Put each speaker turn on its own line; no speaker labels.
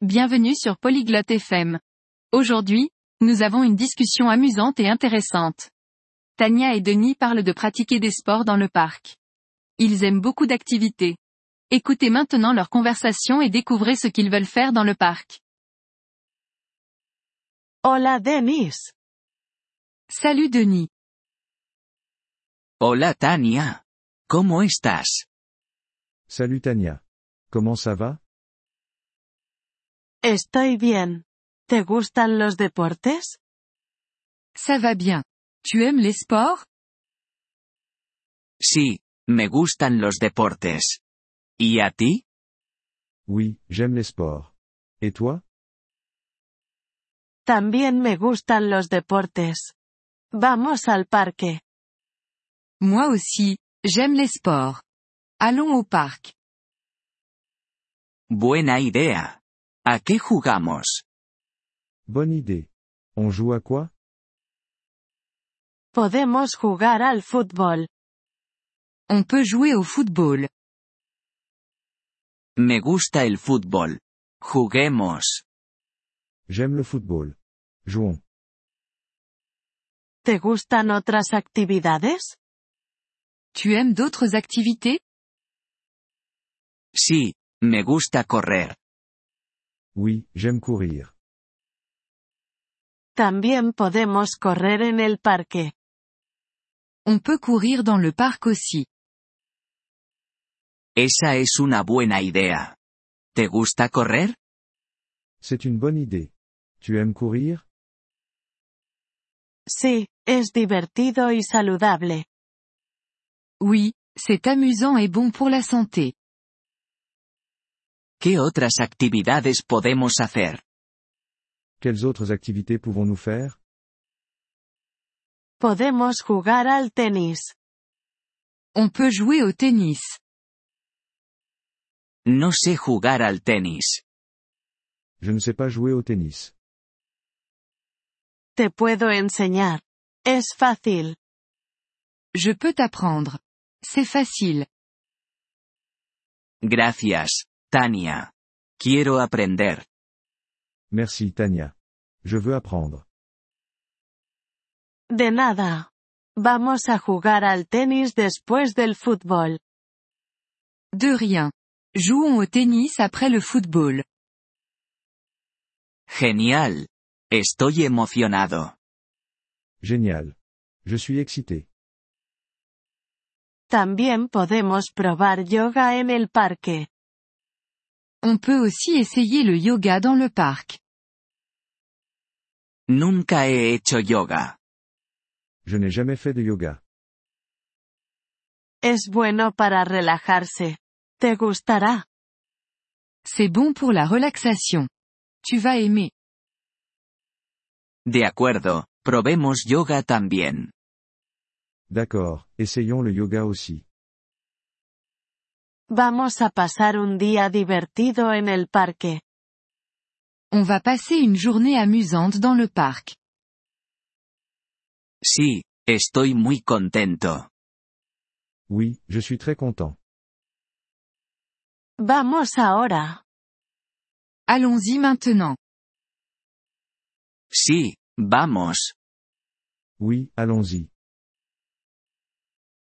Bienvenue sur Polyglotte FM. Aujourd'hui, nous avons une discussion amusante et intéressante. Tania et Denis parlent de pratiquer des sports dans le parc. Ils aiment beaucoup d'activités. Écoutez maintenant leur conversation et découvrez ce qu'ils veulent faire dans le parc.
Hola Dennis.
Salut Denis.
Hola Tania. ¿Cómo estás?
Salut Tania. Comment ça va
Estoy bien. ¿Te gustan los deportes?
Ça va bien. Tu aimes les sports
Sí, me gustan los deportes. ¿Y a ti?
Oui, j'aime les sports. Et toi
También me gustan los deportes. Vamos al parque.
Moi aussi, j'aime les sports. Allons au parc.
Buena idea. ¿A qué jugamos?
Bonne idée. On joue à quoi
Podemos jugar al fútbol.
On peut jouer au football.
Me gusta el fútbol. Juguemos.
J'aime le football. Jouons.
¿Te gustan otras actividades?
Tu aimes d'autres activités
Sí, me gusta correr.
Oui, j'aime courir.
También podemos correr en el parque.
On peut courir dans le parc aussi.
Esa es una buena idea. ¿Te gusta correr?
C'est une bonne idée. Tu aimes courir
Sí, es divertido y saludable.
Oui, c'est amusant et bon pour la santé.
¿Qué otras actividades podemos hacer?
Quelles autres activités pouvons-nous faire
Podemos jugar al tenis.
On peut jouer au tennis.
No sé jugar al tenis.
Je ne sais pas jouer au tennis.
Te puedo enseñar. Es fácil.
Je peux t'apprendre. C'est facile.
Gracias, Tania. Quiero aprender.
Merci Tania. Je veux apprendre.
De nada. Vamos a jugar al tenis después del fútbol.
De rien. Jouons au tennis après le football.
Genial. Estoy emocionado.
Génial. Je suis excité.
También podemos probar yoga en el parque.
On peut aussi essayer le yoga dans le parc.
Nunca he hecho yoga.
Je n'ai jamais fait de yoga.
Es bueno para relajarse. Te gustará.
C'est bon pour la relaxation. Tu vas aimer.
De acuerdo, probemos yoga también.
D'accord, essayons le yoga aussi.
Vamos a pasar un día divertido en el parque.
On va passer une journée amusante dans le parc.
Sí, estoy muy contento.
Oui, je suis très content.
Vamos ahora.
Allons-y maintenant.
Sí, vamos.
Oui, allons-y.